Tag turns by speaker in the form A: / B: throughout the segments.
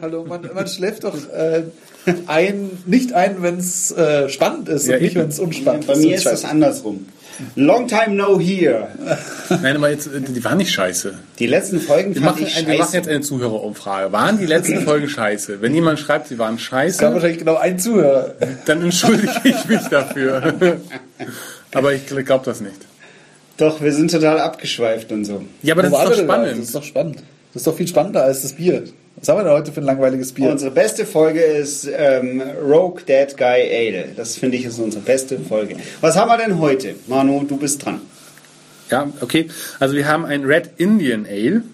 A: Hallo, man, man schläft doch äh, ein, nicht ein, wenn es äh, spannend ist und nicht, wenn es unspannend
B: Bei
A: ist.
B: mir ist es andersrum. Long time no here.
C: Nein, aber jetzt, äh, die waren nicht scheiße.
B: Die letzten Folgen
C: Wir
B: fand
C: machen,
B: ich
C: ein- wir machen
B: scheiße.
C: jetzt eine Zuhörerumfrage. Waren die letzten Folgen scheiße? Wenn jemand schreibt, sie waren
A: Es gab
C: scheiße,
A: wahrscheinlich genau einen Zuhörer.
C: dann entschuldige ich mich dafür. aber ich glaube das nicht.
B: Doch, wir sind total abgeschweift und so.
C: Ja, aber das
A: Wo
C: ist
A: waren wir
C: doch
A: denn da? Das
C: spannend.
A: ist doch spannend. Das ist doch viel spannender als das Bier. Was haben wir denn heute für ein langweiliges Bier?
B: Unsere beste Folge ist ähm, Rogue Dead Guy Ale. Das finde ich ist unsere beste Folge. Was haben wir denn heute? Manu, du bist dran.
C: Ja, okay. Also wir haben ein Red Indian Ale.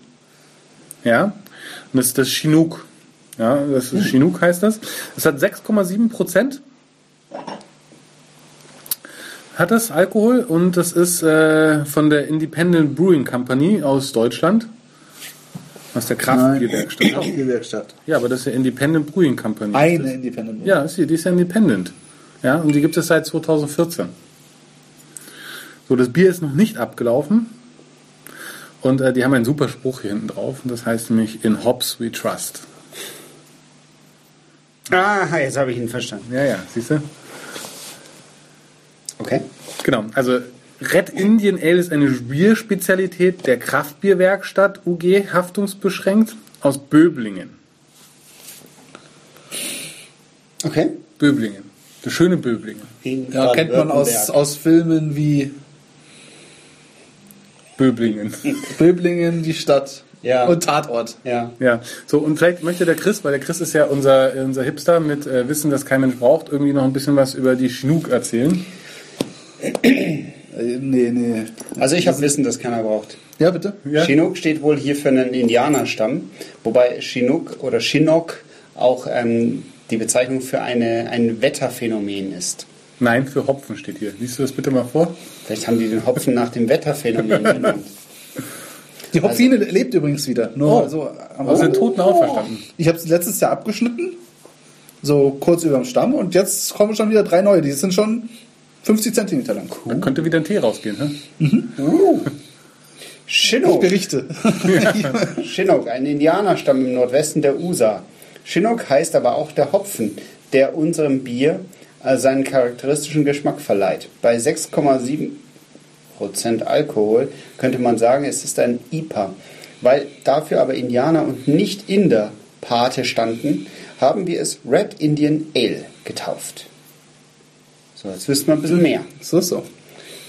C: Ja. Und das ist das Chinook. Ja, das ist Chinook heißt das. Das hat 6,7 Prozent. Hat das Alkohol und das ist äh, von der Independent Brewing Company aus Deutschland. Aus der Kraftbierwerkstatt.
A: Gewerkschaft.
C: Ja, aber das ist ja Independent Brewing Company.
A: Eine Independent.
C: Ja, ist hier, die ist ja independent. Ja, und die gibt es seit 2014. So, das Bier ist noch nicht abgelaufen. Und äh, die haben einen super Spruch hier hinten drauf. Und das heißt nämlich In Hops We Trust.
B: Aha, jetzt habe ich ihn verstanden.
C: Ja, ja, siehst du?
B: Okay.
C: Genau, also Red Indian Ale ist eine Bierspezialität der Kraftbierwerkstatt UG haftungsbeschränkt aus Böblingen.
B: Okay.
C: Böblingen. Das schöne Böblingen.
A: Ja, kennt man aus, aus Filmen wie
C: Böblingen.
A: Böblingen, die Stadt
B: Ja.
A: und Tatort.
B: Ja.
C: Ja, so und vielleicht möchte der Chris, weil der Chris ist ja unser, unser Hipster mit äh, Wissen, das kein Mensch braucht, irgendwie noch ein bisschen was über die Schnuck erzählen.
A: Äh, nee, nee.
B: Also ich habe Wissen, das keiner braucht.
A: Ja, bitte?
C: Ja.
B: Chinook steht wohl hier für einen Indianerstamm, wobei Chinook oder Chinook auch ähm, die Bezeichnung für eine, ein Wetterphänomen ist.
C: Nein, für Hopfen steht hier. Liest du das bitte mal vor?
B: Vielleicht haben die den Hopfen nach dem Wetterphänomen genannt.
A: Die Hopfine lebt übrigens wieder. Nur
C: Oh.
A: so am
C: Aus den
A: Rande.
C: Toten auferstanden.
A: Ich habe es letztes Jahr abgeschnitten, so kurz über dem Stamm, und jetzt kommen schon wieder drei neue. Die sind schon 50 Zentimeter lang.
C: Dann könnte wieder ein Tee rausgehen. hä?
A: Ich
B: Uh, Chinook,
A: berichte.
B: Chinook, ein Indianerstamm im Nordwesten der USA. Chinook heißt aber auch der Hopfen, der unserem Bier äh, seinen charakteristischen Geschmack verleiht. Bei 6,7 Prozent Alkohol könnte man sagen, es ist ein IPA. Weil dafür aber Indianer und nicht Inder Pate standen, haben wir es Red Indian Ale getauft. So, jetzt wissen wir ein bisschen mehr.
A: so, so.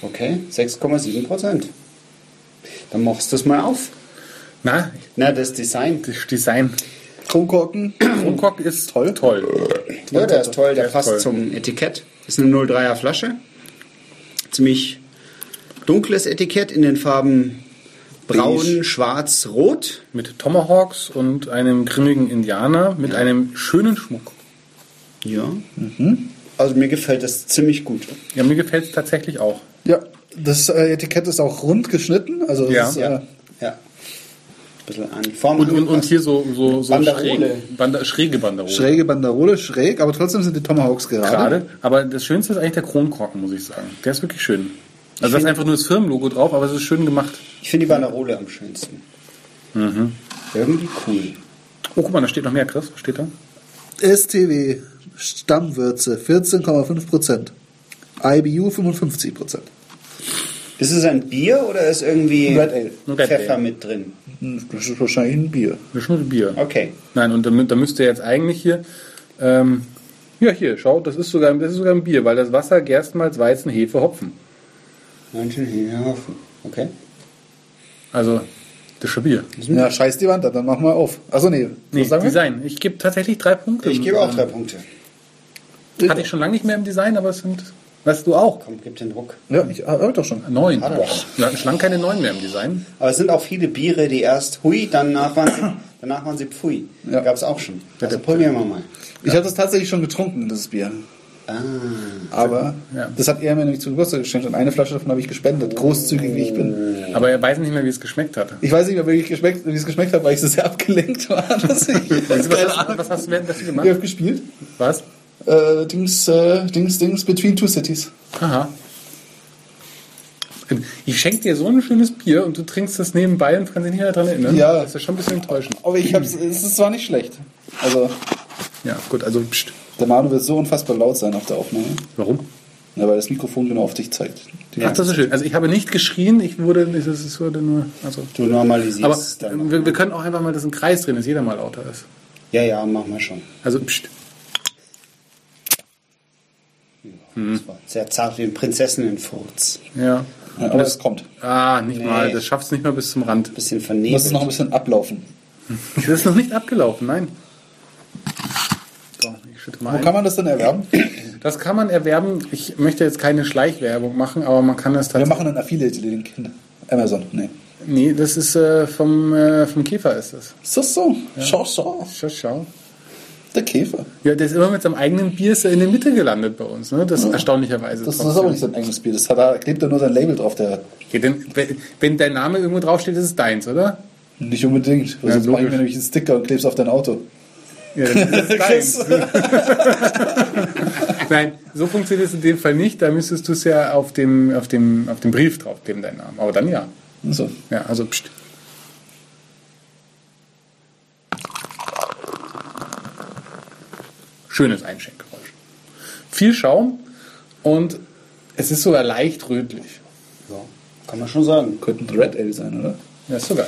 B: Okay, 6,7 Prozent. Dann machst du es mal auf.
C: Na,
B: Na, das Design.
C: das Design.
A: Kronkorken.
C: Kronkork ist toll. toll.
B: Ja, der ist toll, der
C: Der ist
B: passt
C: toll.
B: zum Etikett. Ist eine 03er Flasche. Ziemlich dunkles Etikett in den Farben braun, schwarz, rot.
C: Mit Tomahawks und einem grimmigen Indianer mit einem schönen Schmuck.
B: Ja.
C: Mhm.
B: Also mir gefällt das ziemlich gut.
C: Ja, mir gefällt es tatsächlich auch.
A: Ja, das äh, Etikett ist auch rund geschnitten. Also, das
C: Ja.
A: ist,
B: Ja.
A: äh,
B: ja. Ein bisschen an Form
C: Und, und, und
B: angepasst.
C: hier so, so, so
B: Banderole.
C: schräge, Bander, schräge Banderole.
A: schräge Banderole, schräg, aber trotzdem sind die Tomahawks gerade.
C: gerade. Aber das Schönste ist eigentlich der Kronkorken, muss ich sagen. Der ist wirklich schön. Also da ist einfach nur das Firmenlogo drauf, aber es ist schön gemacht.
B: Ich finde die Banderole am schönsten.
C: Mhm.
B: Irgendwie cool.
C: Oh, guck mal, da steht noch mehr, Chris. Was steht da?
A: STW, Stammwürze, 14,5%. IBU 55%.
B: Ist es ein Bier oder ist irgendwie
A: Red Ale.
C: Red
B: Pfeffer
C: Ale.
B: mit drin?
A: Hm, Das ist wahrscheinlich ein Bier.
C: Das ist nur das Bier.
B: Okay.
C: Nein, und da, mü- da müsste jetzt eigentlich hier... Ähm, ja, hier, schau, das ist, sogar, das ist sogar ein Bier, weil das Wasser, Gerstenmalz, Weizen, Hefe, Hopfen.
B: Manchen Hühnerhaufen. Okay.
C: Also, das ist schon Bier.
A: Ja, scheiß die Wand an, dann machen wir auf. Achso, nee.
C: Nee,
A: was sagen wir?
C: Design. Ich gebe tatsächlich drei Punkte.
B: Ich gebe auch
C: ähm,
B: drei Punkte.
C: Hatte ich schon lange nicht mehr im Design, aber es sind... Weißt du auch?
B: Komm, gib den Druck.
A: Ja, ich habe doch schon.
C: Neun.
B: Hat er
C: Boah,
B: schon.
C: wir hatten schon lange keine neun mehr im Design.
B: Aber es sind auch viele Biere, die erst hui, danach waren sie, danach waren sie pfui.
A: Ja.
B: Gab es auch schon. Also probieren wir mal.
A: Ich habe das tatsächlich schon getrunken, das Bier.
B: Ah,
A: Aber
C: Ja.
A: das hat er mir nämlich zu Geburtstag geschenkt und eine Flasche davon habe ich gespendet, großzügig wie ich bin.
C: Aber er weiß nicht mehr, wie es geschmeckt hat.
A: Ich weiß nicht mehr, wie ich geschmeckt- wie es geschmeckt hat, weil ich so sehr abgelenkt war. Dass ich,
C: Was,
A: keine
C: was,
A: Ahnung.
C: was hast du währenddessen
A: Wir
C: gemacht?
A: haben gespielt.
C: Was?
A: Äh, Dings, äh, Dings, Dings, Between Two Cities.
C: Aha. Ich schenke dir so ein schönes Bier und du trinkst das nebenbei und kannst dich nicht mehr daran erinnern.
A: Ja.
C: Das ist ja schon ein bisschen enttäuschend.
A: Aber ich hab's, es ist zwar nicht schlecht. Also,
C: Ja, gut, also pst.
A: der Manu wird so unfassbar laut sein auf der Aufnahme.
C: Warum?
A: Ja, weil das Mikrofon genau auf dich zeigt.
C: Ach, das ist schön. Also ich habe nicht geschrien, ich wurde, es ist- es wurde nur, also.
B: Du normalisierst
C: Aber
B: es
C: äh,
B: dann.
C: wir, wir können auch einfach mal, dass ein Kreis drin ist, jeder mal lauter ist.
B: Ja, ja, machen wir schon.
C: Also pst.
B: Das war sehr zart wie ein Prinzessinnenfurz.
C: Ja.
A: Ja, aber es kommt.
C: Ah, nicht
B: Nee.
C: mal, das schafft es nicht mal bis zum Rand.
B: Bisschen
A: Du musst es noch ein bisschen
B: vernebelt.
A: ablaufen.
C: Das ist noch nicht abgelaufen, nein. So, ich schütte mal
A: Wo
C: ein.
A: kann man das denn erwerben?
C: Das kann man erwerben. Ich möchte jetzt keine Schleichwerbung machen, aber man kann das
A: Wir
C: tatsächlich.
A: machen einen Affiliate-Link. Amazon, nee.
C: Nee, das ist äh, vom, äh, vom Käfer ist das.
A: Ist das so? Schau, schau.
C: Schau, schau.
A: Der Käfer.
C: Ja, der ist immer mit seinem eigenen Bier ist er in der Mitte gelandet bei uns, ne? Das ist erstaunlicherweise.
A: Das, das ist
C: trotzdem.
A: aber nicht sein eigenes Bier. Das hat, da klebt er nur sein Label drauf. Der
C: Ja, denn, wenn, wenn dein Name irgendwo draufsteht, ist es deins, oder?
A: nicht unbedingt. Weil
C: Ja,
A: sonst mach ich
C: logisch.
A: mir nämlich einen Sticker und klebst auf dein Auto.
C: Ja, dann ist es deins. Nein, so funktioniert es in dem Fall nicht. Da müsstest du es ja auf dem, auf dem, auf dem Brief draufkleben, deinen Namen. Aber dann ja.
A: So.
C: Ja, also pst. Schönes Einschenkgeräusch. Viel Schaum und es ist sogar leicht rötlich.
B: Ja, kann man schon sagen.
A: Könnte ein Red Ale sein, oder?
C: Das ist sogar.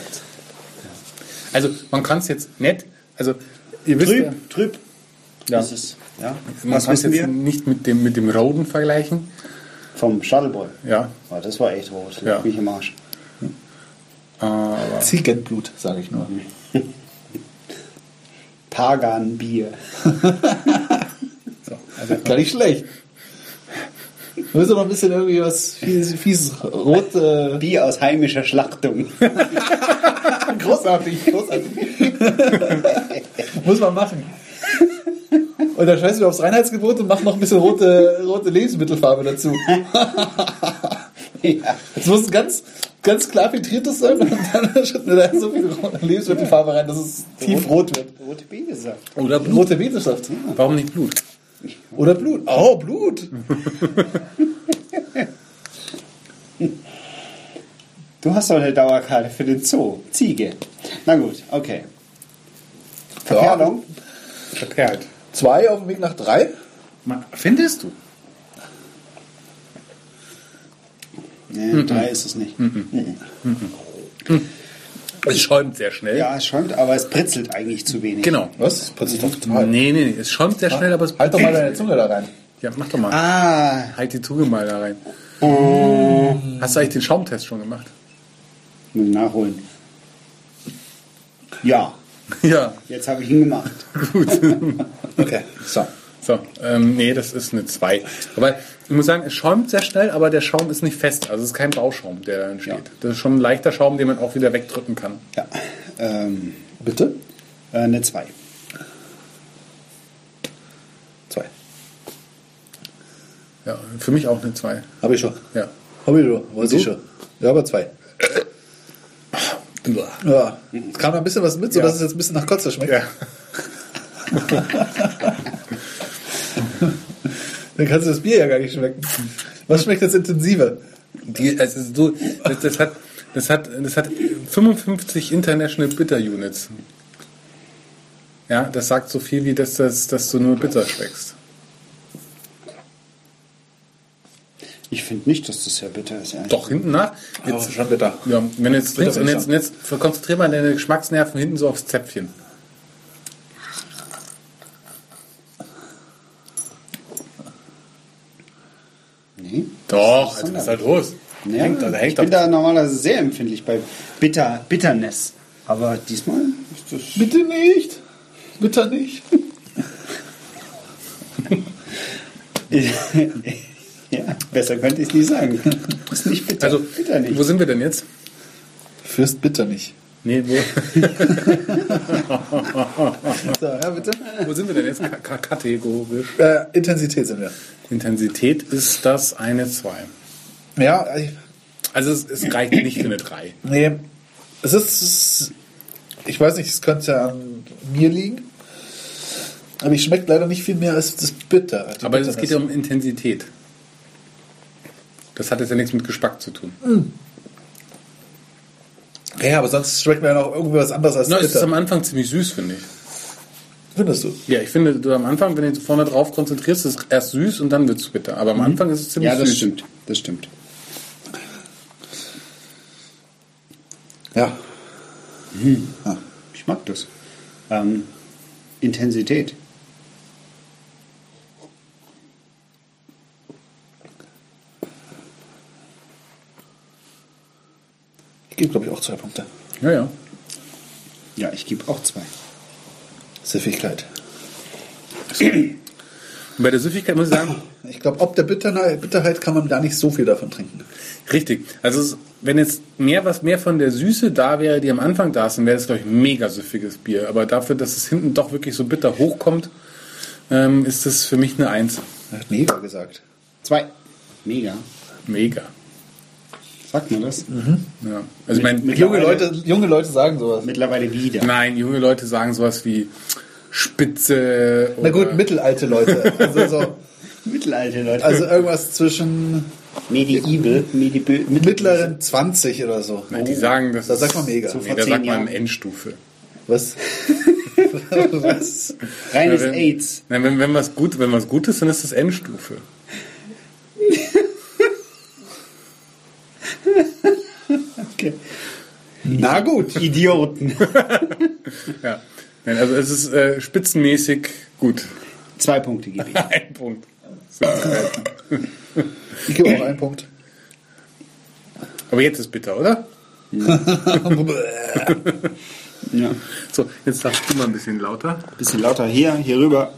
C: Also man kann es jetzt nett, also ihr wisst ja,
B: Trüb, trüb.
C: Ja.
B: Das ist, ja.
C: man
B: Was
C: kann es
B: wissen
C: jetzt
B: wir?
C: nicht mit dem, mit dem Roden vergleichen.
B: Vom Shuttleboy.
C: Ja.
B: Oh, das war echt rot.
C: Ja.
B: Ja. Mich im Arsch.
A: Ziegenblut, sage ich nur.
B: Pagan-Bier.
C: So, also,
A: Gar nicht schlecht. Du bist aber ein bisschen irgendwie was fieses, fieses rot. Äh,
B: Bier aus heimischer Schlachtung.
A: großartig, großartig. Muss man machen. Und dann scheißen wir aufs Reinheitsgebot und machen noch ein bisschen rote, rote Lebensmittelfarbe dazu.
B: ja.
A: Es muss ein ganz, ganz klar filtriertes sein und dann schütten wir da so viel rote Lebensmittelfarbe rein, dass es tiefrot wird.
B: Rote Biersaft.
A: Oder Blut. Rote Betesaft.
C: warum nicht Blut?
A: Oder Blut. Oh, Blut.
B: Du hast doch eine Dauerkarte für den Zoo. Ziege. Na gut, okay. Verperlung?
C: Verperlt.
A: Zwei auf dem Weg nach drei.
C: Ma- Findest du?
B: Nee, drei ist es nicht. Mhm.
C: Es schäumt sehr schnell.
B: Ja, es schäumt, aber es pritzelt eigentlich zu wenig.
C: Genau.
A: Was? Plötzlich doch total.
C: Nee, nee, nee, es schäumt sehr schnell, aber es
A: Halt doch mal deine Zunge da rein.
C: Ja, mach doch mal.
B: Ah,
C: Halt die Zunge mal da rein. Hast du eigentlich den Schaumtest schon gemacht?
B: muss ich nachholen. Ja,
C: Ja,
B: jetzt habe ich ihn gemacht.
C: gut.
A: Okay, so.
C: so, ähm, nee, das ist eine 2. Aber ich muss sagen, es schäumt sehr schnell, aber der Schaum ist nicht fest. Also es ist kein Bauschaum, der da entsteht.
B: Ja.
C: Das ist schon ein leichter Schaum, den man auch wieder wegdrücken kann.
B: Ja, ähm,
A: Bitte?
B: äh, eine 2.
A: Zwei.
C: Ja, für mich auch eine 2.
A: Habe ich schon.
C: Ja.
A: Habe ich schon. Weiß
C: Du?
A: ich schon. Ja, aber zwei. Ja. Es kam ein bisschen was mit, sodass
C: Ja.
A: es jetzt ein bisschen nach Kotze schmeckt.
C: Ja.
A: Dann kannst du das Bier ja gar nicht schmecken. Was schmeckt jetzt intensiver?
C: Die, also so, das, das, hat, das, hat, das hat 55 International Bitter Units. Ja, das sagt so viel wie, dass, das, dass du nur bitter schmeckst.
B: Ich finde nicht, dass das sehr bitter ist. ehrlich
C: Doch, hinten nach. Jetzt,
A: schon bitter.
C: ja, wenn du jetzt trinkst und
A: Bitter
C: jetzt, und jetzt konzentrier mal deine Geschmacksnerven hinten so aufs Zäpfchen.
B: Nee.
C: Doch, also
B: also
C: was
B: was ist
C: ist
B: da
C: halt los?
B: Ja,
C: hängt, da
B: ich
C: hängt
B: bin
C: doch.
B: da normalerweise sehr empfindlich bei bitter, Bitterness. Aber diesmal ist das
A: Bitte nicht. Bitter nicht.
B: ja, besser könnte ich es nicht sagen. Ist nicht bitter.
C: Also,
B: bitter nicht.
C: wo sind wir denn jetzt?
A: Fürst bitter nicht.
C: Nee, wo,
A: So, ja, bitte.
C: wo sind wir denn jetzt? Ka- ka- Kategorisch.
A: Äh, Intensität sind wir.
C: Intensität ist das eine 2.
A: Ja, ich,
C: Also es, es reicht nicht für eine 3.
A: nee. Es ist, es ist. Ich weiß nicht, es könnte an mir liegen. Aber ich schmeckt leider nicht viel mehr als das Bitter. die
C: Aber es
A: Bitterness.
C: geht ja um Intensität. Das hat jetzt ja nichts mit Geschmack zu tun.
A: Ja, aber sonst schmeckt mir ja noch irgendwie was anderes als
C: Na, es ist
A: Bitter.
C: am Anfang ziemlich süß, finde ich.
A: Findest du?
C: Ja, ich finde, du am Anfang, wenn du dich vorne drauf konzentrierst, ist es erst süß und dann wird es bitter. Aber am Anfang ist es ziemlich
B: Ja, das
C: süß.
B: stimmt. Das stimmt.
A: Ja.
B: Ah, ich mag das. Ähm, Intensität.
A: Ich gebe, glaube ich, auch zwei Punkte.
C: Ja, ja.
B: Ja, ich gebe auch zwei.
A: Süffigkeit.
C: Und bei der Süffigkeit muss ich sagen,
A: Ich glaube, ob der Bitterheit, Bitterheit kann man gar nicht so viel davon trinken.
C: Richtig. Also es- wenn jetzt mehr was mehr von der Süße da wäre, die am Anfang da ist, dann wäre es glaube ich ein mega süffiges Bier. Aber dafür, dass es hinten doch wirklich so bitter hochkommt, ähm, ist das für mich eine Eins.
A: Er hat mega gesagt.
B: Zwei. Mega.
C: Mega.
B: Sagt man das?
C: Ja. Also ich meine,
B: Mit-
A: Junge
B: Mittlerweile-
A: Leute, junge Leute sagen sowas.
B: Mittlerweile wieder.
C: nein, junge Leute sagen sowas wie Spitze.
A: Na gut,
C: oder-
A: mittelalte Leute. Also, so,
B: Mittelalte Leute.
A: also irgendwas zwischen
B: medieval. medieval
A: mittleren 20 oder so.
C: Nein, die sagen, das
A: Da
C: ist
A: sagt man mega.
C: Nee,
B: Vor
C: da
B: zehn
C: sagt man
B: Jahren.
C: Endstufe.
A: Was? Was?
B: Reines
C: wenn,
B: AIDS.
C: Nein, wenn, wenn, was gut, wenn was gut ist, dann ist das Endstufe.
B: Okay.
A: Na gut.
B: Idioten.
C: Ja. Nein, also es ist äh, spitzenmäßig gut.
B: Zwei Punkte gebe ich.
C: Ein Punkt. Süßigkeit.
A: Ich gebe auch einen Punkt.
C: Aber jetzt ist bitter, oder?
B: Ja.
C: So, jetzt darfst du mal ein bisschen lauter.
B: Bisschen lauter hier, hier rüber.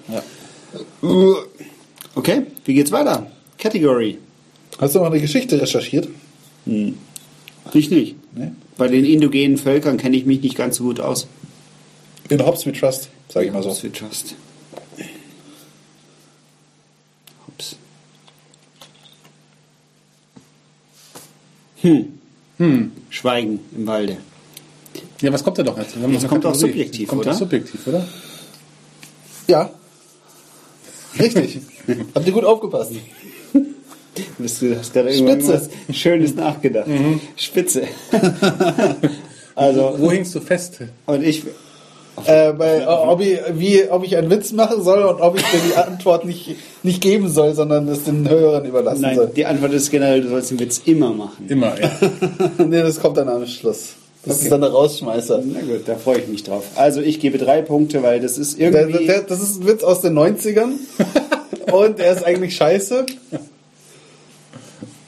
B: Uh. Okay, wie geht's weiter? Category.
A: Hast du mal eine Geschichte recherchiert?
B: Ich nicht.
A: Nee.
B: Bei den indogenen Völkern kenne ich mich nicht ganz so gut aus.
A: In Hobbs We Trust, sage ich mal so.
B: Hops we trust. Hops. Hm. Hm. Schweigen im Walde.
C: Ja, was kommt da doch jetzt? Wir haben
B: Jetzt
C: noch eine
B: kommt auch
C: Kategorie.
B: subjektiv,
C: kommt
B: oder?
C: Auch subjektiv, oder?
A: Ja. Richtig. Habt ihr gut aufgepasst?
B: Du bist- du hast gerade irgendwann
A: Spitze. Mhm.
B: was Schönes nachgedacht. Spitze. also,
C: Wo hängst du fest?
B: und ich,
A: Äh, bei, ob, ich, wie, ob ich einen Witz machen soll und ob ich dir die Antwort nicht, nicht geben soll, sondern es den Hörern überlassen
B: nein,
A: soll.
B: die Antwort ist generell, du sollst den Witz immer machen.
C: Immer, ja.
A: nee, das kommt dann am Schluss. Das ist dann der Rausschmeißer.
B: Na gut, da freue ich mich drauf. Also, ich gebe drei Punkte, weil das ist
A: Der,
B: irgendwie.
A: der, das ist ein Witz aus den 90ern und er ist eigentlich scheiße.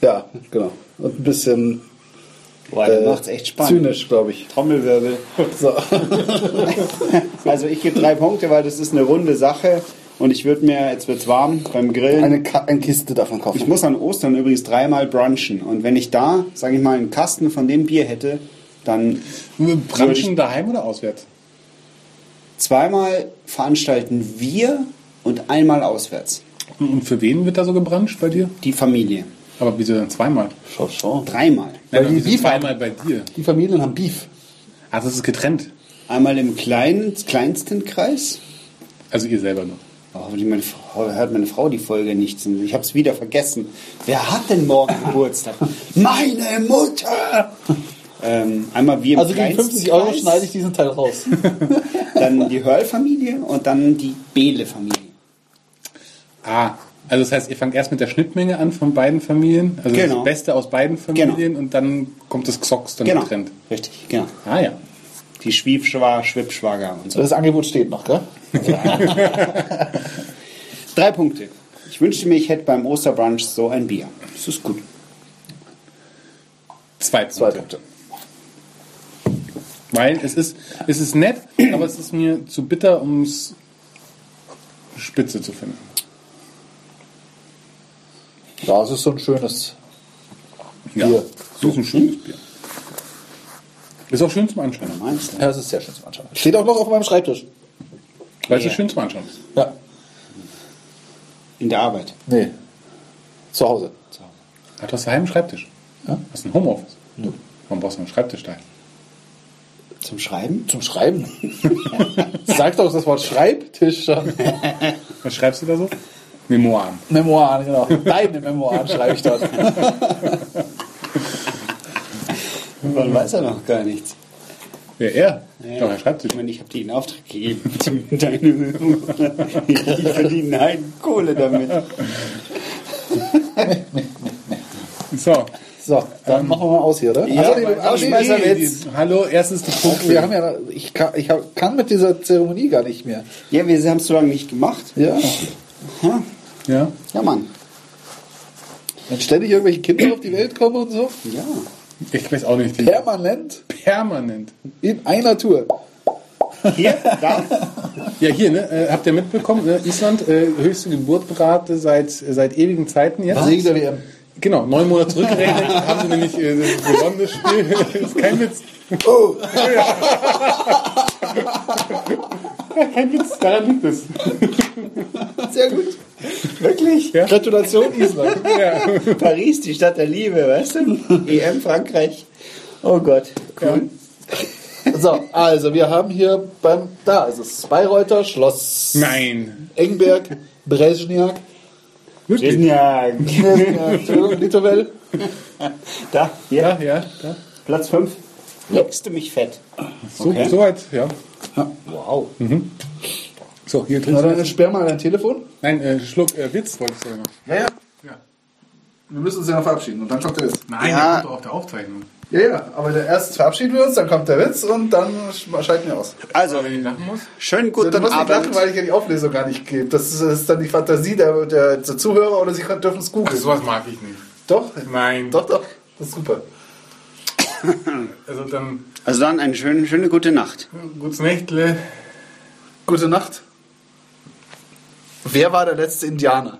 A: Ja, genau. Und ein bisschen
B: boah,
A: äh,
B: das macht's echt spannend.
A: zynisch, glaube ich.
B: Trommelwirbel.
A: So.
B: Also ich gebe drei Punkte, weil das ist eine runde Sache und ich würde mir, jetzt wird's warm beim Grillen.
A: Eine, Ka eine Kiste davon kaufen.
B: ich muss an Ostern übrigens dreimal brunchen und wenn ich da, sage ich mal, einen Kasten von dem Bier hätte, dann
C: Branchen daheim oder auswärts?
B: zweimal veranstalten wir und einmal auswärts.
C: Und für wen wird da so gebrancht bei dir?
B: Die Familie.
C: Aber wieso dann zweimal?
A: schau, schau.
B: Dreimal.
A: Weil
C: Nein,
A: die
C: wieso
A: Beef
C: zweimal bei dir.
A: Die Familien haben Beef.
C: Also es ist getrennt.
B: Einmal im kleinen, kleinsten Kreis.
C: Also ihr selber nur.
B: Oh, hoffentlich meine Frau, hört meine Frau die Folge nicht. Ich habe es wieder vergessen. Wer hat denn morgen Geburtstag? Meine Mutter! ähm, einmal wir im
A: Also gegen
B: kleinsten
A: 50 Euro
B: Kreis,
A: schneide ich diesen Teil raus.
B: Dann die Hörl-Familie und dann die Behle-Familie.
C: Ah, also das heißt, ihr fangt erst mit der Schnittmenge an von beiden Familien. Also
B: Genau.
C: das Beste aus beiden Familien und dann kommt das Xocks dann
B: Genau.
C: getrennt.
B: Richtig, genau.
C: Ah ja.
B: Die Schwiebschwa, Schwibschwager und so.
A: Das Angebot steht noch, gell?
B: Drei Punkte. Ich wünschte mir, ich hätte beim Osterbrunch so ein Bier. Das ist gut.
C: Zwei Punkte.
A: Zwei Punkte.
C: Weil es ist, es ist nett, aber es ist mir zu bitter, um es spitze zu finden.
A: Ja, es ist so ein schönes.
C: Ja.
A: Bier.
C: Das ist ein schönes Bier. Ist auch schön zum Anschauen.
B: Meinst du?
A: Ja, es ist sehr schön zum Anschauen. Steht auch noch auf meinem Schreibtisch.
C: Weil es ist
B: Ja.
C: schön zum Anschauen. ist.
A: Ja.
B: In der Arbeit.
A: Nee. Zu Hause.
C: Ah, du hast daheim einen Schreibtisch.
A: Ja.
C: Hast ein Homeoffice. Warum brauchst du einen Schreibtisch daheim?
B: Zum Schreiben?
A: Zum Schreiben. Sag doch das Wort Schreibtisch schon.
C: Was schreibst du da so? Memoiren.
A: Memoiren, genau. Deine Memoiren schreibe ich dort.
B: Man weiß ja noch gar nichts.
C: Ja, er. Doch, er schreibt
B: Ich
C: sich.
B: meine, ich habe dir einen Auftrag gegeben. zum- Deine ich verdiene einen Kohle damit.
C: So.
A: So, dann machen wir mal aus hier, oder?
B: Ja,
A: Also, die-
B: mein
A: aber Ähm, die-
B: Ausschmeißer
A: die-
B: wird's.
A: die-
C: Hallo, erstens die Punkte.
A: Wir haben ja, ich kann, ich hab- kann mit dieser Zeremonie gar nicht mehr.
B: Ja, wir haben es so lange nicht gemacht.
A: Ja.
B: Ja,
C: ja.
B: ja Mann.
A: Wenn ständig irgendwelche Kinder auf die Welt kommen und so.
B: Ja.
C: Ich weiß auch nicht. Die
A: Permanent
C: permanent.
A: in einer Tour.
B: Hier, da.
C: Ja, hier, ne? Äh, habt ihr mitbekommen? Ne? Island, äh, höchste Geburtenrate seit, äh, seit ewigen Zeiten jetzt.
A: Segen der WM.
C: Genau, neun Monate zurückgerechnet, haben sie nämlich äh, das gewonnen, das Spiel. ist kein Witz.
A: Oh,
C: Kein Witz, daran liegt es.
A: sehr gut.
B: Wirklich?
C: Ja.
A: Gratulation, Island.
C: Ja.
B: Paris, die Stadt der Liebe, weißt du? EM Frankreich. Oh Gott. Cool.
A: So, also wir haben hier beim, da ist es, Bayreuther, Schloss,
C: Nein.
A: Engberg, Brezhniak,
C: Wirklich?
B: Ja.
A: Brezhniak, Entschuldigung, Litovel.
B: Da, hier,
C: Ja, ja. ja.
B: Platz 5. Leckst du mich fett?
C: So,
B: Okay.
C: so weit, ja.
B: Wow.
C: So, hier
A: Na,
C: trinkst
A: dann
C: du.
A: sperr mal dein Telefon.
C: Nein, äh, Schluck äh, Witz wollte ich sagen.
A: Ja, ja.
C: Ja.
A: Wir müssen uns ja noch verabschieden und dann kommt der Witz.
C: Nein,
B: Ja.
C: der kommt auf der Aufzeichnung.
A: Ja, ja, aber der- erst verabschieden wir uns, dann kommt der Witz und dann sch- schalten wir aus. Also,
B: Also,
C: Wenn ich lachen muss.
B: schönen
A: So, dann
B: guten
A: muss ich lachen,
B: Abend.
A: weil ich ja die Auflösung gar nicht gebe. Das ist, das ist dann die Fantasie der, der, der Zuhörer oder sie können- dürfen es
C: Also,
A: googeln.
C: sowas mag ich nicht.
A: Doch?
C: Nein.
A: Doch, doch. Das ist super.
C: Also dann,
B: Also dann eine schöne, schöne gute Nacht.
C: gutes Nächtle.
A: Gute Nacht. Wer war der letzte Indianer?